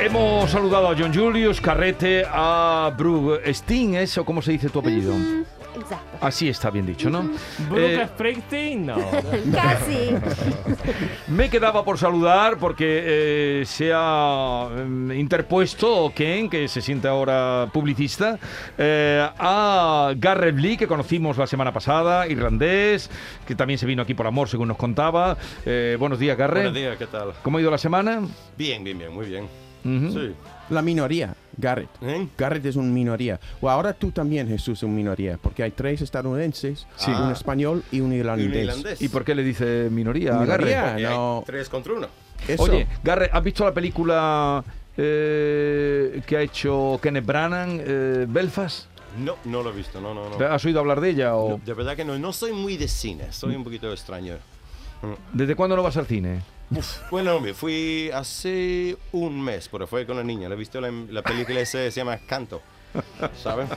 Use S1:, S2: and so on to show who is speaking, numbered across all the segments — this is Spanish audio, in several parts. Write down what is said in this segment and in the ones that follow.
S1: Hemos saludado a John Julius, Carrete, a Brug Steen, ¿es o cómo se dice tu apellido?
S2: Exacto.
S1: Así está bien dicho, ¿no?
S3: Brooke
S1: Eh,
S3: Springsteen, no.
S2: Casi.
S1: me quedaba por saludar porque eh, se ha mm, interpuesto Ken, que se siente ahora publicista, eh, a Garrett Lee, que conocimos la semana pasada, irlandés, que también se vino aquí por amor, según nos contaba. Eh, buenos días, Garrett.
S4: Buenos días, ¿qué tal?
S1: ¿Cómo ha ido la semana?
S4: Bien, bien, bien, muy bien.
S1: Ujú.
S4: Sí.
S5: La minoría, Garrett.
S4: ¿Eh?
S5: Garrett es una minoría. O ahora tú también, Jesús, es una minoría, porque hay tres estadounidenses, un
S4: Ah.
S5: español y un
S4: Y un
S5: irlandés.
S4: irlandés.
S1: ¿Y por qué le dice minoría a
S5: Minoría.
S1: Garrett?
S4: Y hay
S5: No.
S4: Eh, tres contra uno.
S5: Eso.
S1: Oye, Garre, ¿has visto la película eh, que ha hecho Kenneth Branagh, eh, Belfast?
S4: No, no lo he visto, no, no, no.
S1: ¿Has oído hablar de ella? O...
S4: Oh. No, De verdad que no, no soy muy de cine, soy un poquito extraño.
S1: ¿Desde cuándo no vas al cine?
S4: Uf, Bueno, me fui hace un mes, pero fue con la niña. Le he visto la, la película esa que se llama Canto, ¿sabes?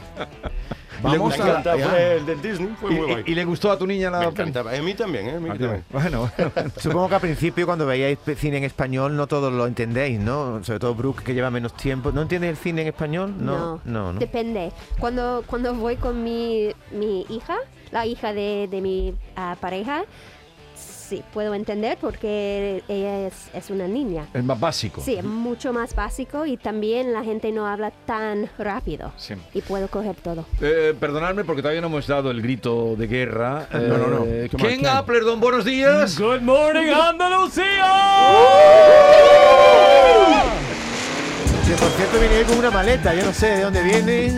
S5: Vamos
S4: la
S5: a-
S4: canta
S5: ya.
S4: fue el del Disney, fue
S1: ¿Y,
S4: muy
S1: Ah. y-
S4: guay.
S1: y le gustó a tu niña la
S4: Me
S1: peli?
S4: encantaba. A mí también, ¿eh? A mí
S1: Ah, tío,
S4: también.
S1: Bueno, bueno.
S6: Supongo que al principio cuando veíais pe- cine en español no todos lo entendéis, ¿no? Sobre todo Brooke que lleva menos tiempo. ¿No entiendes el cine en español? No, no, no.
S2: Depende. Cuando, cuando voy con mi, mi hija, la hija de, de mi ah, pareja, sí, puedo entender porque ella es, es una niña.
S1: Es más básico.
S2: Sí, es mucho más básico y también la gente no habla tan rápido.
S1: Sí.
S2: Y puedo coger todo.
S1: Eh, perdonadme porque todavía no hemos dado el grito de guerra.
S5: No, no, no.
S1: Eh,
S5: Come on,
S1: Ken
S5: Ken.
S1: Apler, don, buenos días.
S3: Good morning, Andalucía.
S6: Que, por cierto viene él con una maleta, yo no sé de dónde viene.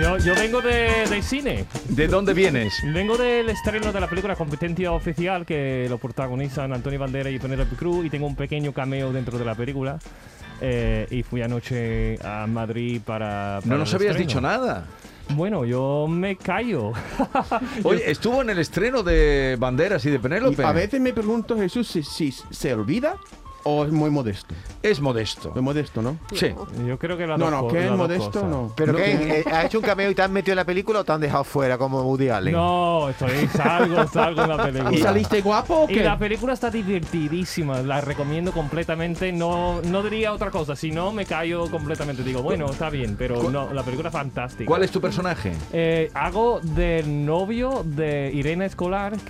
S3: Yo, yo vengo de, de cine.
S1: ¿De dónde vienes?
S3: Vengo del estreno de la película Competencia Oficial que lo protagonizan Antonio Banderas y Penélope Cruz y tengo un pequeño cameo dentro de la película. Eh, y fui anoche a Madrid para. para
S1: No nos
S3: el
S1: habías
S3: estreno.
S1: dicho nada.
S3: Bueno, yo me callo.
S1: Oye, estuvo en el estreno de Banderas y de
S5: Y
S1: Penélope.
S5: a veces me pregunto, Jesús, si, si se olvida o es muy modesto.
S1: Es modesto.
S5: Muy modesto, ¿no?
S1: Sí.
S3: Yo creo que la
S5: No, no, que es modesto, no.
S6: ¿Pero qué? Eh, ¿Ha hecho un cameo y te has metido en la película o te han dejado fuera como Woody Allen?
S3: No, estoy, salgo, salgo en la película.
S5: ¿Y saliste guapo o
S3: Y
S5: qué?
S3: la película está divertidísima, la recomiendo completamente. No, no diría otra cosa, si no me callo completamente. Digo, bueno, está bien, pero no, la película es fantástica.
S1: ¿Cuál es tu personaje?
S3: Eh, hago del novio de Irene Escolar,
S1: Ah, eh.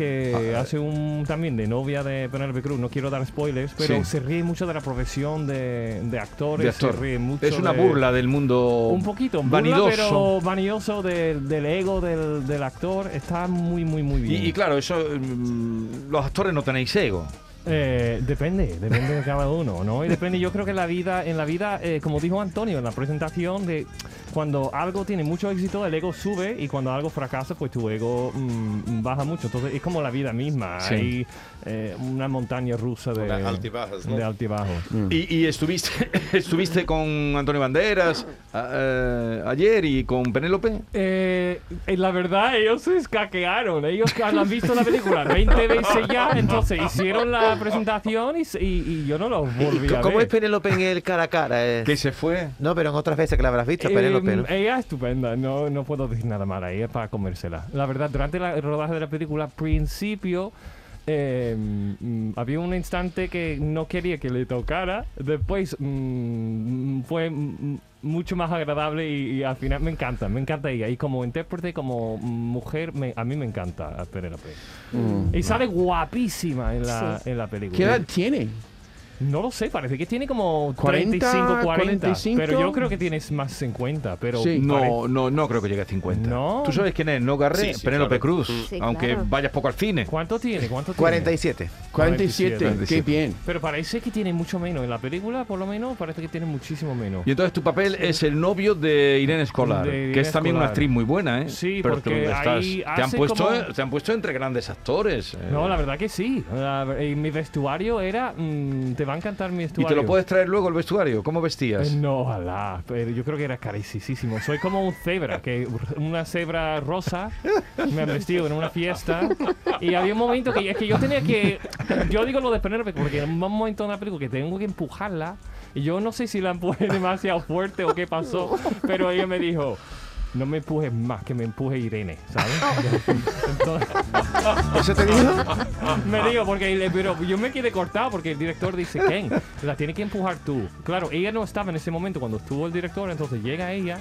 S3: que hace un también de novia de Penelope Cruz. No quiero dar spoilers, pero
S1: Sí.
S3: se ríe mucho de la profesión de, de actores.
S1: de actor.
S3: Se ríe mucho
S1: Es una
S3: de-
S1: burla del mundo
S3: Un poquito, burla,
S1: vanidoso.
S3: pero vanidoso del, del ego del, del actor. Está muy, muy, muy bien.
S1: Y, y claro, eso mm, los actores no tenéis ego.
S3: Eh, depende, depende de cada uno, ¿no? Y depende, yo creo que la vida, en la vida, eh, como dijo Antonio en la presentación, de cuando algo tiene mucho éxito, el ego sube y cuando algo fracasa, pues tu ego mm, baja mucho. Entonces es como la vida misma,
S1: Sí.
S3: hay eh, una montaña rusa de,
S4: Una altibajas, ¿no?
S3: de altibajos.
S6: Mm.
S1: Y, y estuviste estuviste con Antonio Banderas a- eh, ayer y con Penélope.
S3: Eh, eh, la verdad, ellos se escaquearon. Ellos que han visto la película 20 veces ya, entonces hicieron la presentación y, se- y- y yo no los
S6: ¿Y
S3: volví
S6: co-
S3: a
S6: ¿Cómo
S3: ver.
S6: es Penélope en el cara a cara? Eh,
S1: Que se fue.
S6: No, pero en otras veces que la habrás visto,
S3: Eh,
S6: Penélope, ¿no?
S3: Ella es estupenda, no, no puedo decir nada mal ahí, es para comérsela. La verdad, durante la- el rodaje de la película, al principio, eh, mm, había un instante que no quería que le tocara, después mm, fue mm, mucho más agradable y, y al final me encanta, me encanta ella. Y como intérprete, como mujer, me- a mí me encanta a Penélope. Y sale guapísima en la, en la película.
S5: ¿Qué edad tiene?
S3: No lo sé, parece que tiene como
S5: 40,
S3: 35, 40.
S5: 45.
S3: Pero yo creo que tienes más 50, pero...
S5: Sí.
S1: No, no, no creo que llegue a 50.
S3: No.
S1: Tú sabes quién es, ¿no, Garré?
S4: Sí, sí,
S1: Penélope
S4: claro.
S1: Cruz.
S2: Sí,
S1: aunque
S2: claro.
S1: vayas poco al cine.
S3: ¿Cuánto tiene? ¿Cuánto tiene?
S6: 47.
S5: 47.
S1: 47.
S5: Qué bien.
S3: Pero parece que tiene mucho menos. En la película, por lo menos, parece que tiene muchísimo menos.
S1: Y entonces tu papel es el novio de Irene Escolar,
S3: De
S1: que
S3: Irene
S1: es también una
S3: Escolar.
S1: actriz muy buena, ¿eh?
S3: Sí,
S1: Pero
S3: porque
S1: tú
S3: ahí
S1: te, han
S3: hace
S1: puesto,
S3: como-
S1: te han puesto entre grandes actores. eh.
S3: No, la verdad que sí. La- y mi vestuario era... mm, te va a encantar mi
S1: ¿Y
S3: vestuario.
S1: te lo puedes traer luego el vestuario? ¿Cómo vestías?
S3: Eh, No, ojalá, pero yo creo que era carísimo. Soy como un cebra, que una cebra rosa me han vestido en una fiesta y había un momento que es que yo tenía que, yo digo lo de Penélope porque en un momento en la película que tengo que empujarla y yo no sé si la empujé demasiado fuerte o qué pasó, pero ella me dijo. No me empujes más, que me empuje Irene, ¿sabes? Entonces,
S6: ¿Eso te dijo?
S3: me digo, porque le- pero yo me quedé cortado porque el director dice, Ken, la tienes que empujar tú. Claro, ella no estaba en ese momento cuando estuvo el director, entonces llega ella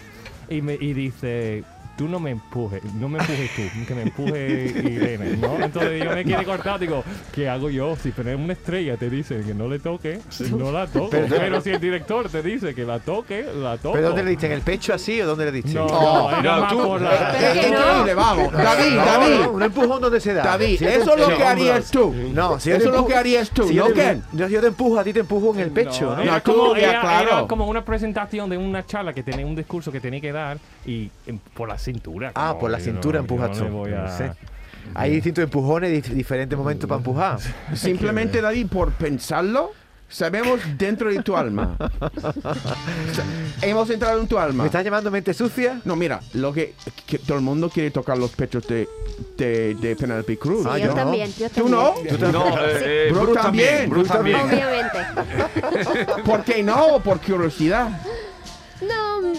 S3: y, me, y dice, tú no me empujes, no me empujes tú, que me empuje Irene, ¿no? Entonces yo me quedé cortado, digo, ¿qué hago yo? Si tenés una estrella, te dicen que no le toque, no la toco. Pero,
S6: Pero-
S3: si el director te dice que la toque, la toco.
S6: ¿Pero dónde le diste? ¿En el pecho así o dónde le diste?
S3: oh. No, no, era
S1: no,
S3: más
S1: tú-
S3: por la-
S2: Pero que no.
S5: Increíble, vamos. David,
S6: No,
S5: David.
S6: no, un empujón donde se da.
S5: David,
S6: Si yo te-
S5: eso es lo
S6: en
S5: que
S6: los
S5: harías
S6: hombros.
S5: tú.
S6: No, si
S5: Eso
S6: yo te
S5: es lo
S6: empujo-
S5: que harías tú,
S6: si yo
S5: ¿no,
S6: te-
S5: Ken?
S6: Yo, yo te empujo, a ti te empujo en el pecho, ¿no?
S3: era,
S5: No,
S3: Ah,
S5: tú,
S3: como,
S5: ya,
S3: era-
S5: claro.
S3: era como una presentación de una charla que tenía un discurso que tenía que dar y em, por la cintura.
S6: Ah,
S3: como
S6: por la
S3: que
S6: cintura
S3: no,
S6: empujas
S3: yo no
S6: tú.
S3: le voy a-
S6: No sé. Hay distintos empujones, dif- diferentes momentos para empujar.
S5: Simplemente, David, por pensarlo, sabemos dentro de tu alma. Sa- Hemos entrado en tu
S6: ¿Me
S5: alma.
S6: estás llamando mente sucia?
S5: No, mira, lo que, que todo el mundo quiere tocar los pechos de, de, de Penelope Cruz.
S2: Sí,
S6: Ah,
S2: yo,
S6: yo no.
S2: también, yo
S5: ¿Tú
S2: también.
S5: no?
S1: No, eh, eh,
S5: Brooke
S1: Brooke también.
S5: también,
S1: Brooke también.
S2: Obviamente.
S5: ¿Por qué no? Por curiosidad.
S2: No, mm,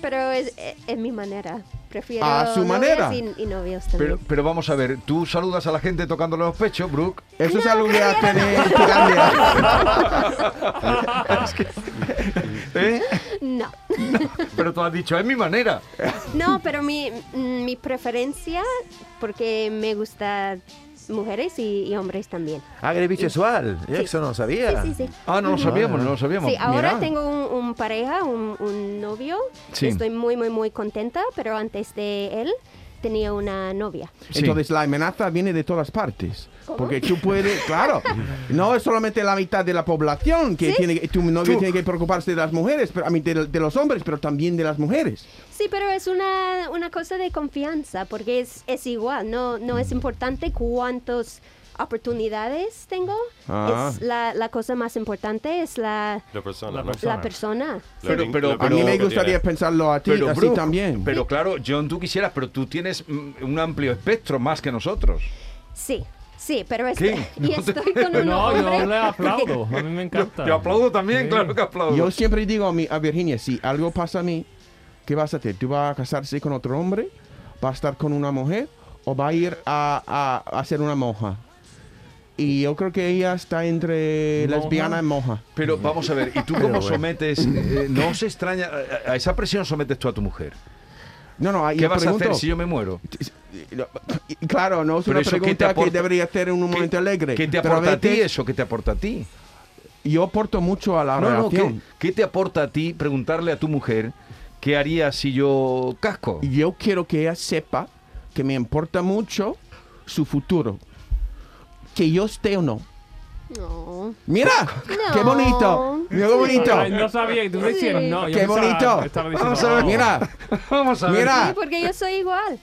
S2: pero es, es- es mi manera. Prefiero
S5: Ah, su
S2: novias
S5: manera.
S2: Y, y novios también.
S1: Pero, pero vamos a ver, tú saludas a la gente tocándole los pechos, Brooke.
S5: Eso es algo que
S1: ¿eh?
S2: No.
S1: Pero tú has dicho, es mi manera.
S2: No, pero mi, mm, mi preferencia, porque me gusta mujeres y, y hombres también.
S6: Agre bisexual. Yo
S2: Sí.
S6: Eso no lo sabía.
S2: Sí, sí, sí.
S1: Ah, no lo sabíamos, no lo sabíamos.
S2: Sí, ahora
S5: mira.
S2: tengo un, un pareja, un, un novio.
S1: Sí.
S2: Estoy muy, muy, muy contenta, pero antes de él tenía una novia.
S1: Sí.
S5: Entonces la amenaza viene de todas partes.
S2: ¿Cómo?
S5: Porque tú puedes, claro, no es solamente la mitad de la población que tiene que- tu novio
S6: Tú-
S5: tiene que preocuparse de las mujeres, pero, a mí de, de los hombres, pero también de las mujeres.
S2: Sí, pero es una, una cosa de confianza, porque es, es igual, no, no es importante cuántas oportunidades tengo,
S5: Ah.
S2: es la, la cosa más importante es la,
S4: La persona,
S3: La
S4: ¿no?
S3: persona.
S2: la persona.
S4: La
S1: Pero-
S4: lin-
S1: pero-
S4: la
S5: a mí
S4: persona
S5: me
S4: que
S5: gustaría
S4: tiene.
S5: pensarlo a ti, así
S1: Brooke,
S5: también.
S1: Pero claro, John, tú quisieras, pero tú tienes mm, un amplio espectro más que nosotros.
S2: Sí, sí, pero es,
S1: ¿Qué?
S2: y
S1: No te-
S2: estoy con un
S3: No, yo
S2: hombre
S3: le
S2: porque-
S3: aplaudo. A mí me encanta.
S1: Yo aplaudo también,
S3: Sí.
S1: claro que aplaudo.
S5: Yo siempre digo a, mi, a Virginia, si algo pasa a mí, ¿qué vas a hacer? ¿Tú vas a casarse con otro hombre? ¿Va a estar con una mujer? ¿O va a ir a, a, a ser una monja? Y yo creo que ella está entre
S3: ¿Monja?
S5: lesbiana y monja.
S1: Pero vamos a ver, ¿y tú cómo sometes? eh, no se extraña, a, a esa presión sometes tú a tu mujer.
S5: No, no, ahí
S1: ¿Qué
S5: yo
S1: vas a
S5: pregunto.
S1: hacer si yo me muero?
S5: Y Claro, no es
S1: Pero
S5: una
S1: eso, ¿qué te
S5: pregunta
S1: aporta?
S5: que debería hacer en un
S1: ¿Qué-
S5: momento alegre.
S1: ¿Qué te
S5: Pero
S1: aporta a ti
S5: veces
S1: eso? ¿Qué te aporta a ti?
S5: Yo aporto mucho a la
S1: No, no, ¿qué,
S5: relación.
S1: qué te aporta a ti preguntarle a tu mujer qué haría si yo casco?
S5: Yo quiero que ella sepa que me importa mucho su futuro. Que yo esté o no.
S2: No.
S5: ¡Mira! ¡Qué bonito! ¡Mira qué bonito!
S3: Ay, no sabía. Tú me decías,
S2: Sí.
S3: no. yo
S5: ¡Qué
S3: pensaba-
S5: bonito!
S3: estaba diciendo, "Oh".
S1: Vamos a ver.
S3: no.
S5: Mira,
S1: Vamos a ver.
S2: Sí,
S5: mira,
S2: porque yo soy igual.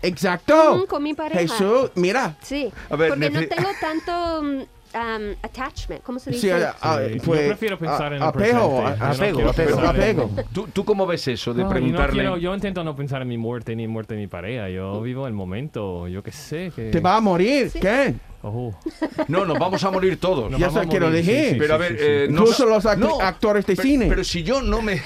S5: exacto.
S7: Oh,
S2: Mm, con mi pareja.
S5: Jesús, mira.
S2: Sí,
S1: A ver,
S2: porque no
S1: neces-
S2: tengo tanto mm, um, attachment, ¿cómo se dice?
S5: Sí, ah, ah,
S3: Sí, yo
S5: pues,
S3: prefiero pensar
S5: a-
S3: en el
S5: apego,
S3: presente.
S5: a-
S3: Yo no
S6: apego,
S3: quiero
S6: apego,
S3: pensar en-
S5: apego.
S1: ¿Tú, tú cómo ves eso de
S3: No, y no
S1: preguntarle?
S3: quiero- yo intento no pensar en mi muerte ni muerte de mi pareja. Yo vivo el momento. Yo qué sé. Que... oh.
S5: Te va a morir, ¿qué?
S3: Ojo.
S1: No, nos vamos a morir todos.
S3: Nos
S5: Ya
S3: vamos a
S5: sé que lo
S3: morir,
S5: dejé.
S1: Pero a ver, eh, no-
S5: Incluso los act-
S1: no,
S5: actores de
S1: pero-
S5: cine.
S1: Pero si yo no me.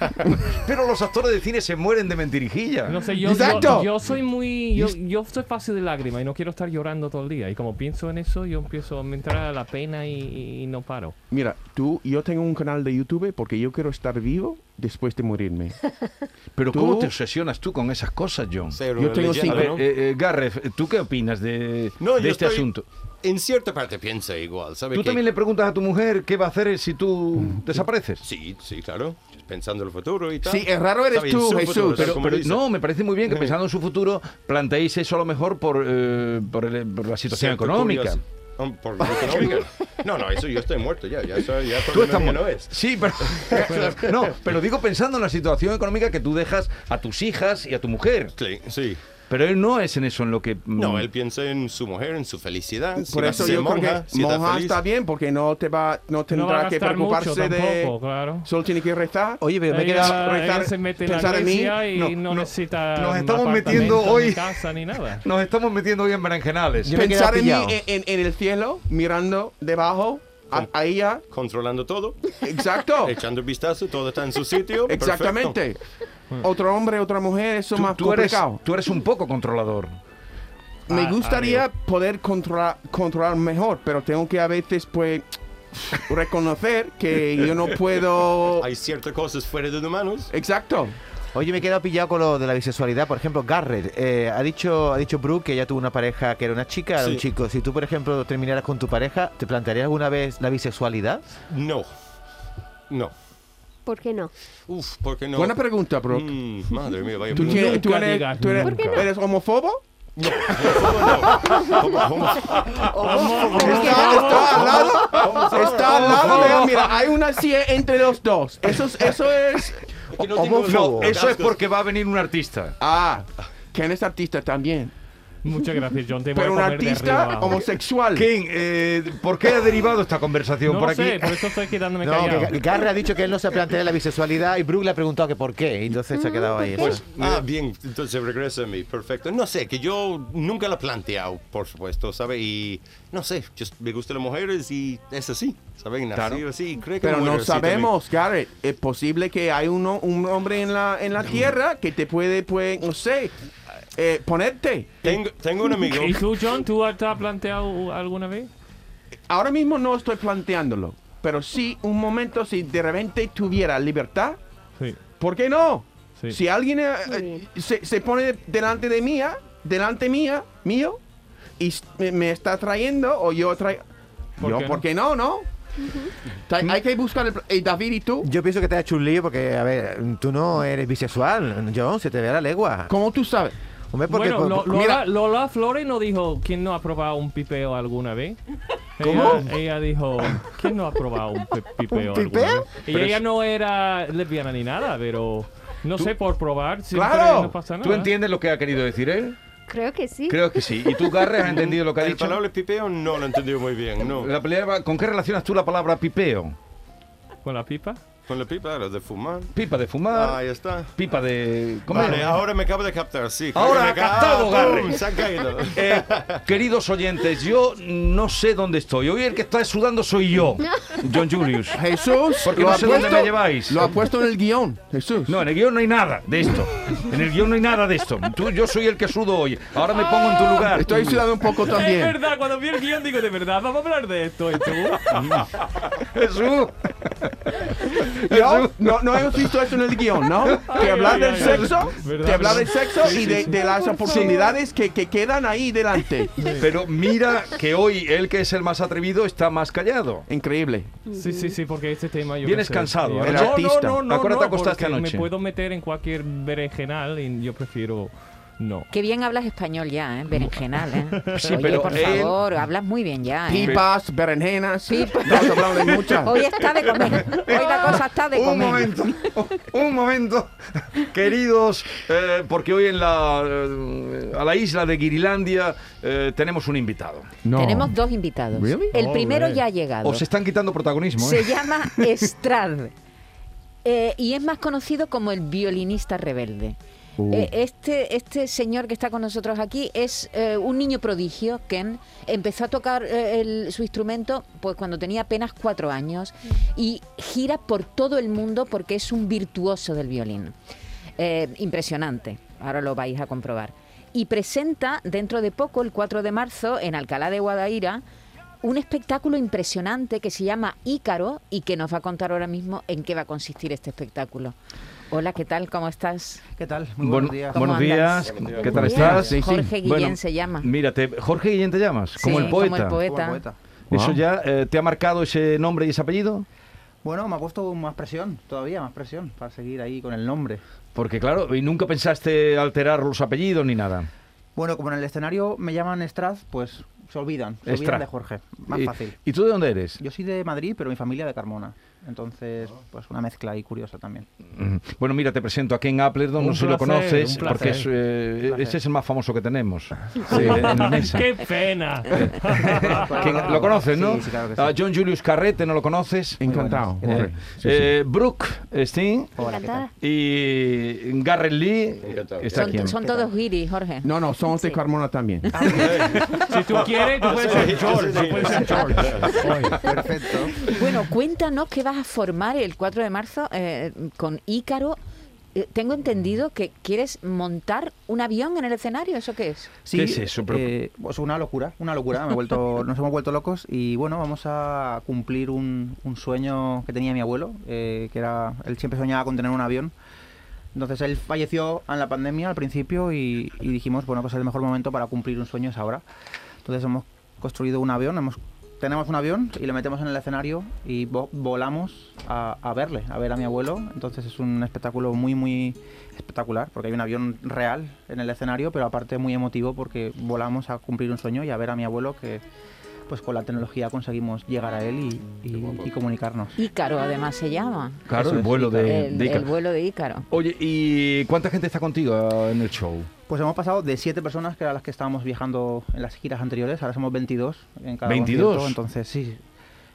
S1: pero los actores de cine se mueren de mentirijilla.
S3: No sé, yo,
S5: Exacto.
S3: yo, yo soy muy. Yo, yo soy fácil de lágrima y no quiero estar llorando todo el día. Y como pienso en eso, yo empiezo a me entrar la pena y- y, y no paro.
S5: Mira, tú, yo tengo un canal de YouTube porque yo quiero estar vivo después de morirme.
S1: Pero
S5: Tú-
S1: ¿cómo te obsesionas tú con esas cosas, John?
S4: Ser
S5: Yo
S4: una
S5: tengo
S4: leyenda,
S1: A ver,
S5: cinco.
S4: ¿no?
S1: eh, eh, Gareth, ¿tú qué opinas de,
S4: No,
S1: de
S4: yo
S1: este
S4: estoy-
S1: asunto?
S4: En cierta parte piensa igual, ¿sabe?
S1: ¿Tú
S4: que-
S1: también le preguntas a tu mujer qué va a hacer si tú desapareces?
S4: Sí, sí, claro. Pensando en el futuro y tal.
S5: Sí, es raro eres
S4: Sabe, en
S5: tú,
S4: su
S5: Jesús,
S4: futuro,
S1: Pero,
S4: ¿sabe? Como
S1: pero
S4: dice.
S1: no, me parece muy bien que pensando en su futuro planteéis eso a lo mejor por, eh, por, el- por la situación
S4: Cierto,
S1: económica.
S4: curioso. No, por lo económica. No, no, eso yo estoy muerto ya. Ya, soy, ya
S1: Tú estás
S4: no,
S1: mu-
S4: no es.
S1: Sí, pero, no, pero digo pensando en la situación económica que tú dejas a tus hijas y a tu mujer.
S4: Sí, sí.
S1: Pero él no es en eso en lo que... mm,
S4: No, él piensa en su mujer, en su felicidad. si
S5: Por
S4: va a
S5: eso
S4: ser
S5: yo creo
S4: monja,
S5: que
S4: si está
S5: monja
S4: feliz.
S5: está bien porque no te va, no
S3: No va
S5: tendrá
S3: a
S5: que
S3: gastar
S5: preocuparse
S3: mucho
S5: de.
S3: tampoco, claro.
S5: Solo tiene que rezar.
S6: Oye, pero me
S3: Ella-
S6: queda...
S3: ella
S5: rezar-
S3: se mete en la
S5: pensar en mí.
S3: iglesia y no,
S1: No, no.
S3: necesita
S1: Nos
S3: un
S1: estamos
S3: apartamento,
S1: metiendo
S3: ni
S1: hoy-
S3: casa ni nada.
S1: Nos estamos metiendo hoy en berenjenales.
S6: Yo me he quedado
S5: pensar en mí
S6: pillado.
S5: en, en- en el cielo, mirando debajo a, a ella.
S4: Controlando todo,
S5: Exacto.
S4: echando el vistazo, todo está en su sitio. perfecto.
S5: Exactamente. Otro hombre, otra mujer, eso es
S1: Tú,
S5: más
S1: tú eres,
S5: complicado.
S1: tú eres un poco controlador.
S5: Me
S3: Ah,
S5: gustaría poder controlar, controlar mejor, pero tengo que a veces pues reconocer que yo no puedo.
S4: Hay ciertas cosas fuera de los humanos.
S5: Exacto.
S6: Oye, me he quedado pillado con lo de la bisexualidad. Por ejemplo, Garrett. eh, ha dicho ha dicho Brooke que ella tuvo una pareja que era una chica, era un
S4: Sí.
S6: chico. Si tú, por ejemplo, terminaras con tu pareja, ¿te plantearías alguna vez la bisexualidad?
S4: No. No.
S2: ¿Por qué no?
S4: Uf, ¿por qué no?
S5: Buena pregunta, bro.
S4: Mm, madre mía, vaya
S5: ¿Tú,
S4: pregunta.
S5: tienes- tú
S3: Nunca
S5: eres,
S3: digas
S5: tú eres-
S3: nunca. ¿Por qué no?
S5: eres homofobo?
S4: Homo- homo-
S5: Está, está al lado. Está al lado. Mira, mira, hay una silla entre los dos. Eso es. Eso es
S4: que no tengo-
S1: No,
S6: Homófobo.
S1: eso es porque va a venir un artista.
S5: ah, Ken es artista también.
S3: Muchas gracias, John. Te voy
S5: Pero
S3: a
S5: un
S3: poner de arriba
S5: artista
S3: abajo.
S5: homosexual.
S1: Ken, eh, ¿por qué ha derivado esta conversación
S3: No
S1: por
S3: lo
S1: aquí?
S3: sé, por eso estoy quedándome
S6: No,
S3: callado.
S6: que Garrett ha dicho que él no se plantea la bisexualidad y Brooke le ha preguntado que por qué. Y entonces se ha quedado ahí.
S2: ¿por
S6: eso.
S4: Ah, bien, entonces regresa a mí, perfecto. No sé, que yo nunca la he planteado, por supuesto, ¿sabe? Y no sé, yo me gustan las mujeres y es así, ¿saben? Nací
S1: Claro.
S4: así, creo que
S5: Pero
S4: muero
S5: no
S4: así también.
S5: sabemos, Garrett. Es posible que hay uno, un hombre en la, en la tierra que te puede, pues, no sé, eh, ponerte.
S4: Tengo, tengo un amigo.
S3: ¿Y tú, John, tú has- te has planteado alguna vez?
S5: Ahora mismo no estoy planteándolo. Pero sí, un momento, si de repente tuviera libertad,
S3: Sí.
S5: ¿por qué no?
S3: Sí.
S5: Si alguien eh,
S2: Muy
S5: eh,
S2: bien.
S5: se, se pone delante de mía, delante mía, mío, y s- me, me está trayendo o yo traigo...
S3: ¿Por
S5: yo,
S3: qué no?
S5: ¿por qué no, no? Ta- Hay que buscar el... pl- eh, David y tú,
S6: Yo pienso que te has hecho un lío porque, a ver, tú no eres bisexual, John, se te ve a la legua.
S5: ¿cómo tú sabes?
S6: Hombre, porque,
S3: bueno,
S6: por-
S3: Lo- Lola,
S6: mira,
S3: Lola Flores no dijo quién no ha probado un pipeo alguna vez. ¿Cómo? Ella, ella dijo, ¿quién no ha probado un pe- pipeo?
S6: ¿Un
S3: alguna
S6: pipeo?
S3: vez?" Y ella no era lesbiana ni nada, pero no sé, por probar, siempre
S5: Claro,
S3: no pasa nada. ¿eh?
S1: ¿Tú entiendes lo que ha querido decir él?
S2: Creo que sí.
S1: Creo que sí. ¿Y tú, Garre, has entendido lo que ha
S4: El
S1: dicho?
S4: palabra pipeo no lo he entendido muy bien, no.
S1: La palabra- ¿Con qué relacionas tú la palabra pipeo?
S3: ¿Con la pipa?
S4: Con la pipa, lo de fumar.
S1: Pipa de fumar,
S4: Ah, ya está.
S1: pipa de comer.
S4: Vale, ahora me acabo de captar, sí. creo
S1: Ahora
S4: que
S1: ha
S4: me ca-
S1: captado,
S4: ¡Ah,
S1: Garry.
S4: pum! Se ha caído.
S1: Eh, queridos oyentes, yo no sé dónde estoy. Hoy el que está sudando soy yo, John Julius.
S5: Jesús,
S1: Porque
S5: lo
S1: no
S5: ha
S1: sé dónde me
S5: puesto-
S1: lleváis.
S5: Lo ha puesto en el guión, Jesús.
S1: No, en el guión no hay nada de esto. En el guión no hay nada de esto. Tú- yo soy el que sudo hoy. Ahora me pongo en tu lugar.
S5: Estoy sudando un poco
S3: Es
S5: también.
S3: verdad, cuando vi el guión digo, de verdad, vamos a hablar de esto, ¿y tú?
S1: Jesús.
S5: Yo no, no hemos visto eso en el guión, ¿no?
S3: Ay,
S5: Que hablar
S3: ay,
S5: del
S3: ay,
S5: sexo,
S3: ay. Verdad,
S5: que hablar del
S3: verdad.
S5: sexo y de, de las oportunidades que, que quedan ahí delante.
S1: Pero mira que hoy el que es el más atrevido está más callado.
S5: Increíble.
S3: Sí, sí, sí, porque este tema yo... qué
S1: Vienes
S3: sé,
S1: cansado,
S3: yo-
S1: ¿eh? El
S3: No,
S5: artista.
S3: No, no, no,
S1: ¿A cuál te
S3: no,
S1: acostaste
S3: porque
S1: anoche?
S3: Me puedo meter en cualquier berenjenal y yo prefiero... No.
S8: Qué bien hablas español ya, ¿eh? Berenjenal, ¿eh?
S1: Sí,
S8: Oye,
S1: pero
S8: por
S1: él-
S8: favor, hablas muy bien ya, ¿eh?
S5: Pipas, berenjenas, estamos hablando de muchas.
S8: Hoy está de comer. Hoy la cosa está de
S1: un
S8: comer.
S1: momento, un momento, queridos, eh, porque hoy en la, eh, a la isla de Guirilandia eh, tenemos un invitado.
S8: Tenemos dos invitados.
S5: Really?
S8: El
S3: Oh,
S8: primero
S3: really.
S8: ya ha llegado.
S1: Os están quitando protagonismo.
S8: Se
S1: ¿eh?
S8: llama Estrad. Eh, y es más conocido como el violinista rebelde. Eh, este, este señor que está con nosotros aquí es eh, un niño prodigio, Ken. Empezó a tocar eh, el- su instrumento pues cuando tenía apenas cuatro años y gira por todo el mundo porque es un virtuoso del violín. Eh, impresionante, ahora lo vais a comprobar. Y presenta dentro de poco, el 4 de marzo, en Alcalá de Guadaira, un espectáculo impresionante que se llama Ícaro y que nos va a contar ahora mismo en qué va a consistir este espectáculo. Hola, ¿qué tal? ¿Cómo estás?
S6: ¿Qué tal? Muy
S1: Buen-
S6: buenos días.
S8: ¿Cómo
S1: buenos días,
S8: andas?
S1: ¿qué tal
S8: Muy bien.
S1: estás?
S8: Jorge Guillén
S1: Bueno,
S8: se llama.
S1: Mírate, Jorge Guillén te llamas, como
S8: Sí,
S1: el poeta.
S8: Como el
S7: Como
S8: poeta.
S7: poeta.
S1: ¿Eso
S5: Wow.
S1: ya eh, te ha marcado ese nombre y ese apellido?
S7: Bueno, me ha puesto más presión, todavía más presión, para seguir ahí con el nombre.
S1: Porque claro, y nunca pensaste alterar los apellidos ni nada.
S7: Bueno, como en el escenario me llaman Straz, pues se olvidan, se
S1: Straz.
S7: olvidan de Jorge, más
S1: y,
S7: fácil.
S1: ¿Y tú de dónde eres?
S7: Yo soy de Madrid, pero mi familia de Carmona. Entonces,
S5: Ah.
S7: pues una mezcla ahí curiosa también.
S1: Mm. Bueno, mira, te presento a Ken Appleton,
S3: Un
S1: no sé si lo
S3: placer,
S1: conoces,
S3: un
S1: porque es,
S3: placer.
S1: eh,
S7: Un placer.
S1: ese es el más famoso que tenemos eh, en la mesa.
S3: ¡Qué pena!
S1: Ken- lo conoces, ¿no?
S7: Sí, sí, claro que sí.
S5: Ah,
S1: A John Julius Carrete, ¿no lo conoces?
S5: Encantado.
S1: Eh,
S5: Jorge. Sí, sí.
S1: eh, Brooke Steen
S7: Hola, ¿qué tal?
S2: Encantada.
S1: y Garrett Lee
S4: Encantado.
S1: está aquí.
S8: Son, son todos guiris, Jorge.
S5: No, no, somos de Carmona también.
S3: Si tú quieres, tú puedes ser George. tú puedes ser George.
S7: Perfecto.
S8: Bueno, cuéntanos que vas a formar el 4 de marzo eh, con Ícaro. Eh, tengo entendido que quieres montar un avión en el escenario, ¿eso qué es?
S7: Sí,
S1: ¿Qué es eso? Pero-
S7: eh, pues una locura, una locura. Me he vuelto, nos hemos vuelto locos y bueno, vamos a cumplir un, un sueño que tenía mi abuelo, eh, que era, él siempre soñaba con tener un avión. Entonces él falleció en la pandemia al principio y, y dijimos, bueno, pues el mejor momento para cumplir un sueño es ahora. Entonces hemos construido un avión, hemos, tenemos un avión y lo metemos en el escenario y vo- volamos a, a verle, a ver a mi abuelo. Entonces es un espectáculo muy, muy espectacular porque hay un avión real en el escenario, pero aparte muy emotivo porque volamos a cumplir un sueño y a ver a mi abuelo que pues con la tecnología conseguimos llegar a él y, y- y comunicarnos.
S8: Ícaro, además se llama.
S1: Claro,
S7: Eso
S1: el
S7: es,
S1: vuelo
S7: Ícaro.
S1: de,
S8: el,
S1: de Ica.
S8: el vuelo de Ícaro.
S1: Oye, ¿y cuánta gente está contigo en el show?
S7: Pues hemos pasado de siete personas que eran las que estábamos viajando en las giras anteriores, ahora somos 22 en cada
S1: 22.
S7: concierto, entonces sí.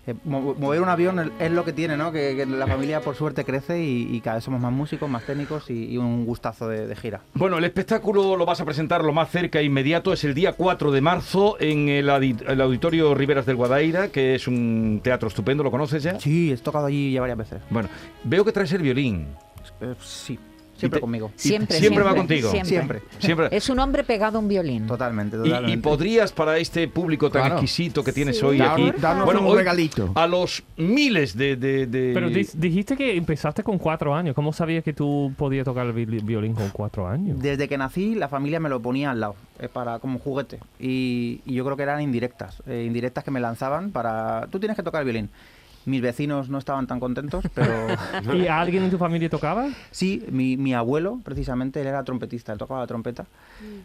S7: eh, mo- mover un avión es- es lo que tiene, ¿no? Que, que la familia por suerte crece y, y cada vez somos más músicos, más técnicos y, y un gustazo de, de gira.
S1: Bueno, el espectáculo lo vas a presentar lo más cerca e inmediato, es el día 4 de marzo en el, adi- el Auditorio Riveras del Guadaira, que es un teatro estupendo, ¿lo conoces ya?
S7: Sí, he tocado allí ya varias veces.
S1: Bueno, veo que traes el violín.
S7: Eh, sí, siempre
S1: te-
S7: conmigo.
S8: Siempre,
S1: siempre va contigo.
S7: Siempre.
S1: Siempre.
S8: Es un hombre pegado a un violín.
S7: Totalmente,
S1: Y-
S7: totalmente.
S1: Y, podrías para este público tan
S5: Claro.
S1: exquisito que tienes
S2: Sí.
S1: hoy
S2: Dar-
S1: aquí,
S5: darnos un
S1: hoy
S5: regalito.
S1: a los miles de, de- de-
S3: Pero di- dijiste que empezaste con cuatro años. ¿Cómo sabías que tú podías tocar el vi- violín con cuatro años?
S7: Desde que nací, la familia me lo ponía al lado, eh, para, como un juguete. Y, y yo creo que eran indirectas, eh, indirectas que me lanzaban para... Tú tienes que tocar el violín. Mis vecinos no estaban tan contentos, pero...
S3: ¿Y alguien en tu familia tocaba?
S7: sí, mi, mi abuelo, precisamente, él era trompetista, él tocaba la trompeta.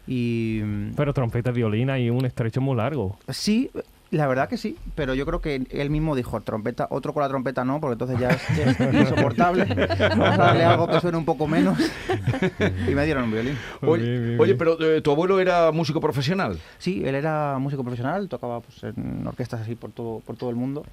S7: Y... mm,
S3: Pero trompeta, violín, hay un estrecho muy largo.
S7: Sí, la verdad que sí, pero yo creo que él mismo dijo trompeta, otro con la trompeta no, porque entonces ya es, es insoportable. Vamos a darle algo que suene un poco menos. y me dieron un violín.
S1: Oye,
S3: Bien, bien,
S1: oye,
S3: bien.
S1: pero eh, tu abuelo era músico profesional.
S7: Sí, él era músico profesional, tocaba pues, en orquestas así por todo, por todo el mundo.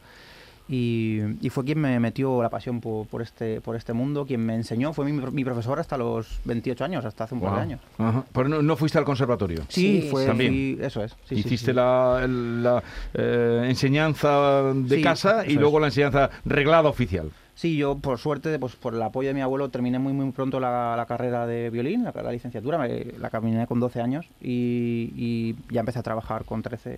S7: Y, y fue quien me metió la pasión por, por este, por este mundo, quien me enseñó, fue mi, mi profesor hasta los 28 años, hasta hace un par
S1: Wow.
S7: de años.
S1: Ajá. Pero no, no fuiste al conservatorio.
S7: Sí,
S8: Sí,
S7: fue
S1: sí. También.
S7: fui- eso es. sí, sí,
S1: Hiciste
S7: sí.
S1: la, la, eh, enseñanza de
S7: Sí,
S1: casa y
S7: eso
S1: luego la enseñanza reglada oficial.
S7: Sí, yo por suerte, pues por el apoyo de mi abuelo, terminé muy muy pronto la, la carrera de violín, la, la licenciatura, me- la caminé con 12 años y, y ya empecé a trabajar con 13. eh,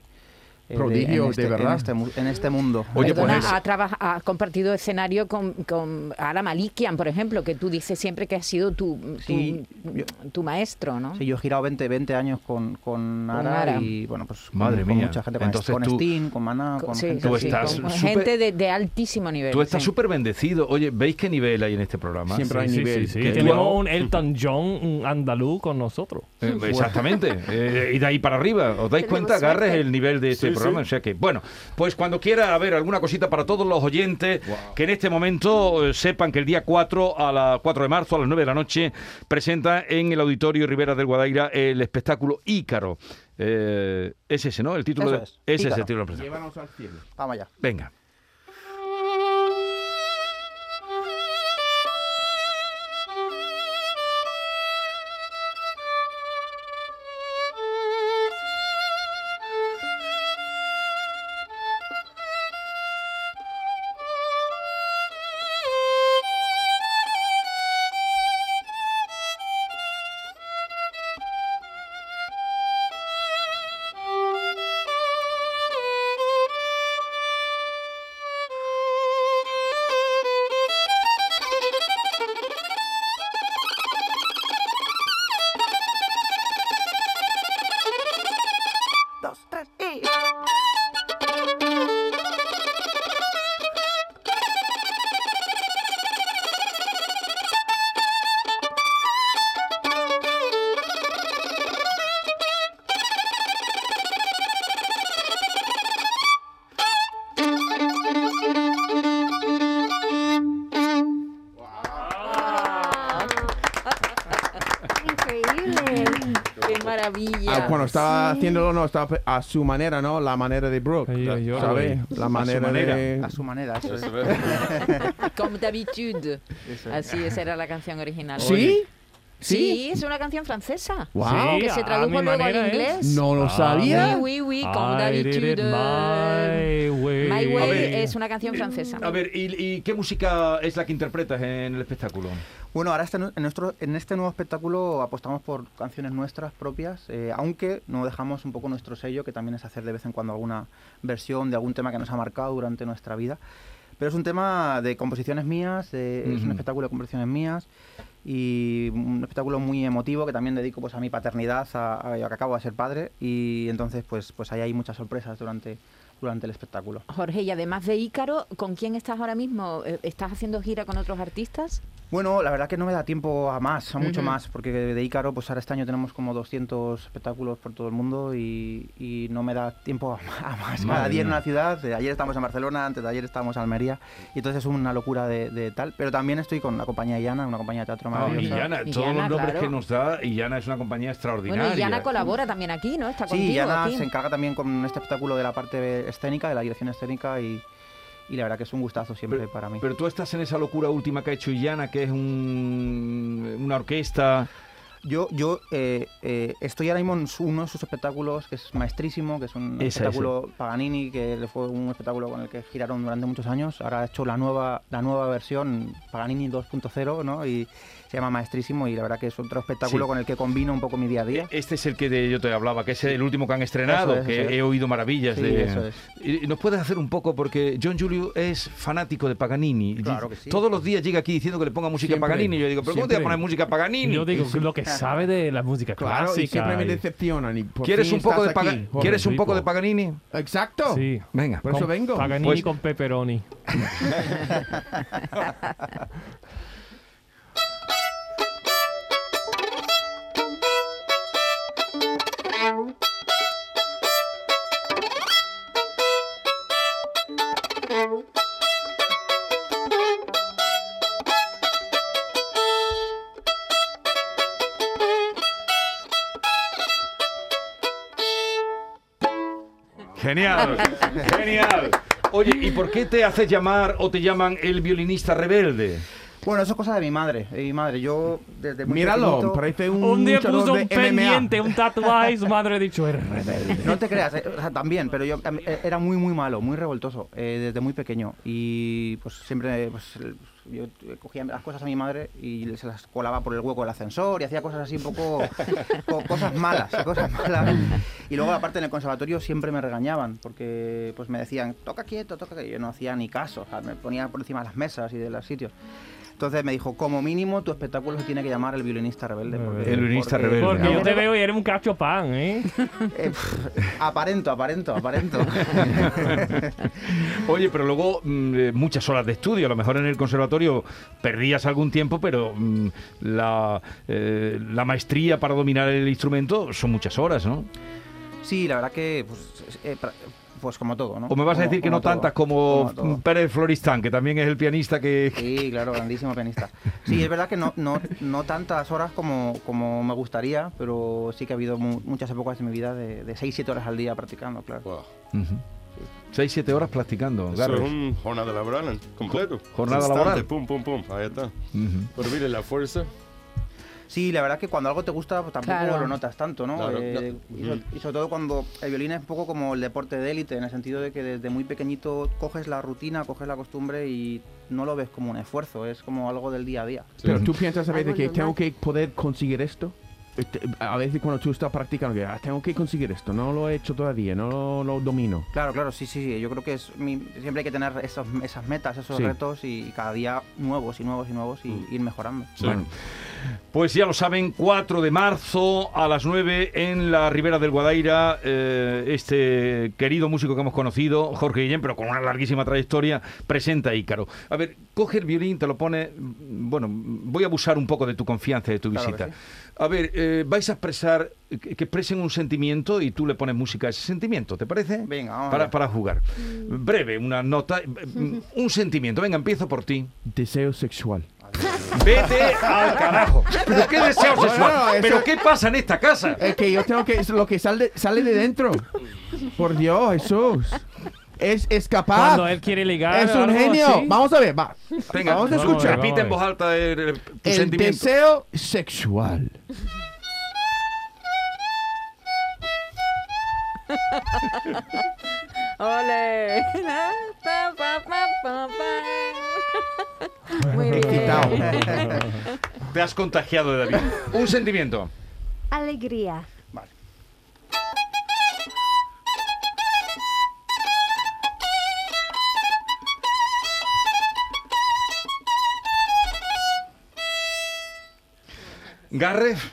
S5: Prodigio, de
S7: en este,
S5: verdad.
S7: En este, mu- en este mundo.
S1: Oye,
S8: Perdona,
S1: pues-
S8: ha, traba- ha compartido escenario con, con Ara Malikian, por ejemplo, que tú dices siempre que ha sido tu, tu-
S7: Sí, yo-
S8: tu maestro, ¿no?
S7: Sí, yo he girado 20, 20 años con, con Ara,
S8: Ara.
S7: y bueno, pues con-
S1: Madre
S7: con,
S1: mía.
S7: mucha gente, con,
S1: Entonces
S7: con
S1: tú-
S7: Steen, con Maná, con
S8: Sí,
S7: gente
S1: Tú
S8: sí,
S7: así.
S1: estás
S8: con
S1: súper-
S8: gente de, de altísimo
S7: Eh,
S8: nivel.
S1: Tú estás
S8: sí.
S1: súper bendecido. Oye, ¿veis qué nivel hay en este programa?
S5: Siempre hay
S3: Sí, sí,
S5: nivel.
S3: sí,
S1: Que
S3: sí.
S1: tú
S3: Tenemos
S1: ahora-
S3: un Elton John un andaluz con nosotros.
S1: Eh, exactamente. Eh, y de ahí para arriba. ¿Os dais
S2: Tenemos
S1: cuenta,
S2: suerte.
S1: agarres el nivel de este programa? O sea que, bueno, pues cuando quiera, a ver, alguna cosita para todos los oyentes que en este momento eh, sepan que el día 4 a la 4 de marzo, a las 9 de la noche, presenta en el Auditorio Rivera del Guadaira el espectáculo Ícaro. Eh, es ese, ¿no? El título
S7: Eso
S1: de-
S7: es,
S1: Ese es el
S7: Ícaro.
S1: título del presentación.
S5: Llévanos al cielo.
S7: Vamos allá.
S1: Venga.
S2: Ah.
S8: maravilla.
S5: Ah, cuando estaba haciéndolo, no, estaba pe- a su manera, ¿no? La manera de Brooke.
S3: Ay, ay, ay.
S5: ¿Sabes? La manera,
S4: manera.
S5: de.
S7: A su manera, eso es.
S8: Como d'habitude.
S7: Eso es.
S8: Así, esa era la canción original.
S5: ¿Sí?
S8: Sí,
S5: ¿Sí?
S8: es una canción francesa.
S5: Wow.
S8: que
S3: a
S8: se tradujo
S3: mi
S8: luego al
S3: manera, ¿eh?
S8: inglés.
S5: No lo
S3: Ah,
S5: sabía.
S8: Oui, oui, oui, como
S3: I did
S8: d'habitude.
S3: it my way.
S8: My
S1: A
S8: Way
S1: ver.
S8: es una canción francesa.
S1: A ver, ¿y, y qué música es la que interpretas en el espectáculo?
S7: Bueno, ahora este nu- en, nuestro, en este nuevo espectáculo apostamos por canciones nuestras propias, eh, aunque no dejamos un poco nuestro sello, que también es hacer de vez en cuando alguna versión de algún tema que nos ha marcado durante nuestra vida. Pero es un tema de composiciones mías, eh, es
S1: Ujú.
S7: un espectáculo de composiciones mías y un espectáculo muy emotivo que también dedico pues, a mi paternidad, a, a- a que acabo de ser padre y entonces pues, pues ahí hay muchas sorpresas durante, durante el espectáculo.
S8: Jorge, y además de Ícaro, ¿con quién estás ahora mismo? Eh, ¿Estás haciendo gira con otros artistas?
S7: Bueno, la verdad que no me da tiempo a más, a mucho
S8: Ujú.
S7: más, porque de Ícaro, pues ahora este año tenemos como 200 espectáculos por todo el mundo y, y no me da tiempo a, a más. Cada día en una ciudad, eh, ayer estábamos en Barcelona, antes de ayer estábamos en Almería, y entonces es una locura de, de tal. Pero también estoy con la compañía Iana, una compañía de teatro
S1: Ah,
S7: maravillosa.
S1: Illana, Oh, todos
S8: Illana,
S1: los nombres
S8: claro.
S1: que nos da, Illana es una compañía extraordinaria.
S8: Bueno, y Yana colabora también aquí, ¿no? Está
S7: Sí,
S8: contigo.
S7: Iana
S8: aquí.
S7: se encarga también con este espectáculo de la parte escénica, de la dirección escénica, y, y la verdad que es un gustazo siempre para mí.
S1: Pero tú estás en esa locura última que ha hecho Illana, que es un- una orquesta.
S7: Yo, yo eh, eh, estoy ahora mismo en su- uno de sus espectáculos, que es maestrísimo, que es un
S1: Esa,
S7: espectáculo Paganini, que le fue un espectáculo con el que giraron durante muchos años. Ahora ha hecho la nueva, la nueva versión, Paganini 2.0, ¿no? Y se llama Maestrísimo, y la verdad que es otro espectáculo
S1: Sí.
S7: con el que combino un poco mi día a
S5: Eh,
S7: día.
S1: Este es el que de- yo te hablaba, que es el último que han estrenado,
S7: Eso es,
S1: que
S7: eso es.
S1: he oído maravillas
S7: Sí,
S1: de.
S7: eso es.
S1: Y- y ¿Nos puedes hacer un poco? Porque John Julio es fanático de Paganini. Y
S7: Claro
S1: di-
S7: que sí.
S1: Todos los días llega aquí diciendo que le ponga música a
S3: Siempre.
S1: Paganini. Yo digo, ¿pero cómo te voy a
S3: Siempre.
S1: poner música a Paganini?
S3: Yo digo lo que sabe de la música
S5: Claro, y
S3: clásica.
S5: siempre me
S3: y-
S5: decepcionan. y por
S1: ¿Quieres
S5: fin
S1: un poco de
S5: estás
S1: Paga-
S5: aquí, Jorge.
S1: ¿Quieres un poco de
S3: rico.
S1: Paganini?
S5: Exacto.
S3: Sí.
S1: Venga.
S5: Por eso
S3: Con
S5: vengo.
S3: Paganini
S1: Pues-
S3: con pepperoni.
S1: Genial, genial. Oye, ¿y por qué te haces llamar o te llaman el violinista rebelde?
S7: Bueno, eso es cosa de mi madre, de mi madre. Yo desde muy
S5: Míralo,
S7: pequeñito-
S5: parece un.
S3: Un día
S5: luchador
S3: puso
S5: de
S3: un
S5: MMA.
S3: pendiente, un tatuaje, y su madre ha dicho, eres rebelde.
S7: No te creas, eh, o sea, también, pero yo em, eh, era muy, muy malo, muy revoltoso, eh, desde muy pequeño. Y pues siempre pues, el- yo eh, cogía las cosas a mi madre y se las colaba por el hueco del ascensor y hacía cosas así un poco, co- cosas malas, cosas malas. Y luego aparte en el conservatorio siempre me regañaban porque pues me decían, toca quieto, toca quieto. Y yo no hacía ni caso, o sea, me ponía por encima de las mesas y de los sitios. Entonces me dijo, como mínimo tu espectáculo se tiene que llamar El violinista rebelde. porque-
S1: El violinista
S7: porque-
S1: rebelde.
S3: Porque yo te veo y eres un cacho pan, ¿eh?
S7: eh, pff, aparento, aparento, aparento.
S1: Oye, pero luego mm, eh, muchas horas de estudio. A lo mejor en el conservatorio perdías algún tiempo, pero mm, la, eh, la maestría para dominar el instrumento son muchas horas, ¿no?
S7: Sí, la verdad que, pues, eh, pra- pues como todo, ¿no?
S1: O me vas a
S7: Como-
S1: decir que no
S7: todo,
S1: tantas como,
S7: todo.
S1: Pérez Floristán, que también es el pianista que...
S7: Sí, claro, grandísimo pianista. Sí, es verdad que no, no, no tantas horas como, como me gustaría, pero sí que ha habido mu- muchas épocas de mi vida de, de 6-7 horas al día practicando, claro.
S4: Wow.
S1: Ujú. Seis, siete horas practicando,
S4: Eso
S1: Gareth.
S4: es un jornada laboral en- completo.
S1: Jornada
S4: Instante,
S1: laboral.
S4: Pum, pum, pum. Ahí está.
S1: Ujú.
S4: Pero mire, la fuerza.
S7: Sí, la verdad que cuando algo te gusta, pues tampoco
S8: Claro.
S7: lo notas tanto, ¿no?
S4: Claro,
S7: Eh,
S4: no.
S7: y, so- y sobre todo cuando el violín es un poco como el deporte de élite, en el sentido de que desde muy pequeñito coges la rutina, coges la costumbre y no lo ves como un esfuerzo, es como algo del día a día.
S5: Pero tú piensas a veces
S2: Algo
S5: que
S2: normal.
S5: tengo que poder conseguir esto. Este, A veces cuando tú estás practicando, que "Ah, tengo que conseguir esto, no lo he hecho todavía, no lo, lo domino.
S7: Claro, claro, sí, sí, sí. Yo creo que es mi- siempre hay que tener esos, esas metas, esos
S5: Sí.
S7: retos y cada día nuevos y nuevos y nuevos y ir mejorando.
S1: Mm. Bueno, pues ya lo saben, 4 de marzo a las 9 en la Ribera del Guadaira, eh, este querido músico que hemos conocido, Jorge Guillén, pero con una larguísima trayectoria, presenta a Ícaro. A ver, coge el violín, te lo pone, mm, bueno, mm, voy a abusar un poco de tu confianza, y de tu
S7: Claro que
S1: visita.
S7: sí.
S1: A ver, eh, vais a expresar, que, que expresen un sentimiento y tú le pones música a ese sentimiento, ¿te parece?
S7: Venga, vamos
S1: Para,
S7: allá.
S1: para jugar. Breve, una nota, mm, un sentimiento. Venga, empiezo por ti.
S5: Deseo sexual.
S1: Vete al carajo. ¿Pero qué deseo
S5: Bueno,
S1: sexual?
S5: eso-
S1: ¿Pero qué pasa en esta casa?
S5: Es que yo tengo que. es Lo que sale, sale de dentro. Por Dios, Jesús. Es, es capaz.
S3: Cuando él quiere ligar
S5: Ah, es
S3: o
S5: un
S3: algo
S5: genio.
S3: así.
S5: Vamos a ver, va.
S1: Venga,
S3: vamos a
S5: vamos a
S3: ver,
S5: escuchar.
S3: vamos.
S1: Repite en voz alta eh, tu
S5: El
S1: sentimiento.
S5: deseo sexual.
S8: ¡Ole! Pa, pa, pa, pa, pa. Muy
S5: Excitado.
S8: bien.
S1: Te has contagiado de David. Un sentimiento.
S2: Alegría.
S1: Garref,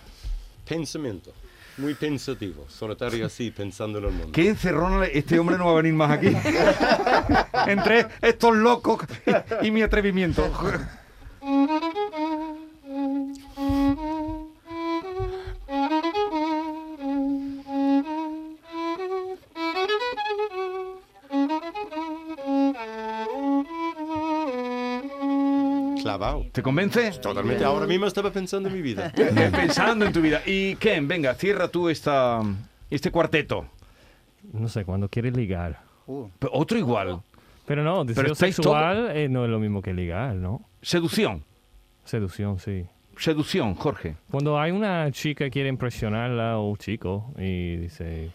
S4: Pensamiento. Muy pensativo. Solitario así, pensando en el mundo.
S1: qué encerrona. Este hombre no va a venir más aquí. Entre estos locos y mi atrevimiento.
S4: Clavado.
S1: ¿Te convence?
S4: Totalmente. Ahora mismo estaba pensando en mi vida.
S1: Eh, Pensando en tu vida. Y Ken, venga, cierra tú esta, este cuarteto.
S3: No sé, cuando quiere ligar.
S7: Uh,
S1: Pero Otro igual.
S3: Pero no, deseo
S1: estáis
S3: sexual eh, no es lo mismo que ligar, ¿no?
S1: Seducción.
S3: Seducción, sí.
S1: Seducción, Jorge.
S3: Cuando hay una chica que quiere impresionarla o un chico y dice,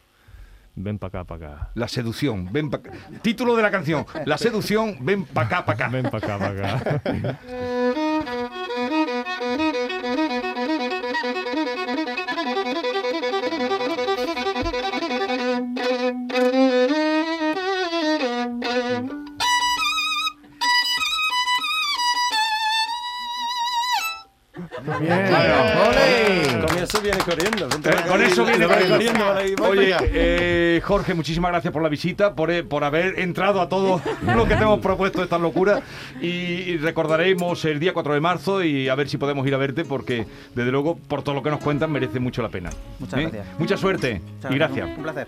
S3: ven para acá, para acá.
S1: La seducción. Ven pa' acá. Título de la canción. La seducción, ven pa' acá, pa' acá.
S3: Ven para acá, para acá.
S4: Comienzo viene corriendo.
S1: Eh, con eso viene
S4: corriendo.
S1: Oye, eh, Jorge, muchísimas gracias por la visita, por, eh, por haber entrado a todo lo que te hemos propuesto esta locura. Y, y recordaremos el día 4 de marzo y a ver si podemos ir a verte, porque desde luego, por todo lo que nos cuentan, merece mucho la pena. ¿Eh?
S7: Muchas gracias.
S1: Mucha suerte
S7: muchas
S1: y gracias.
S7: Un placer.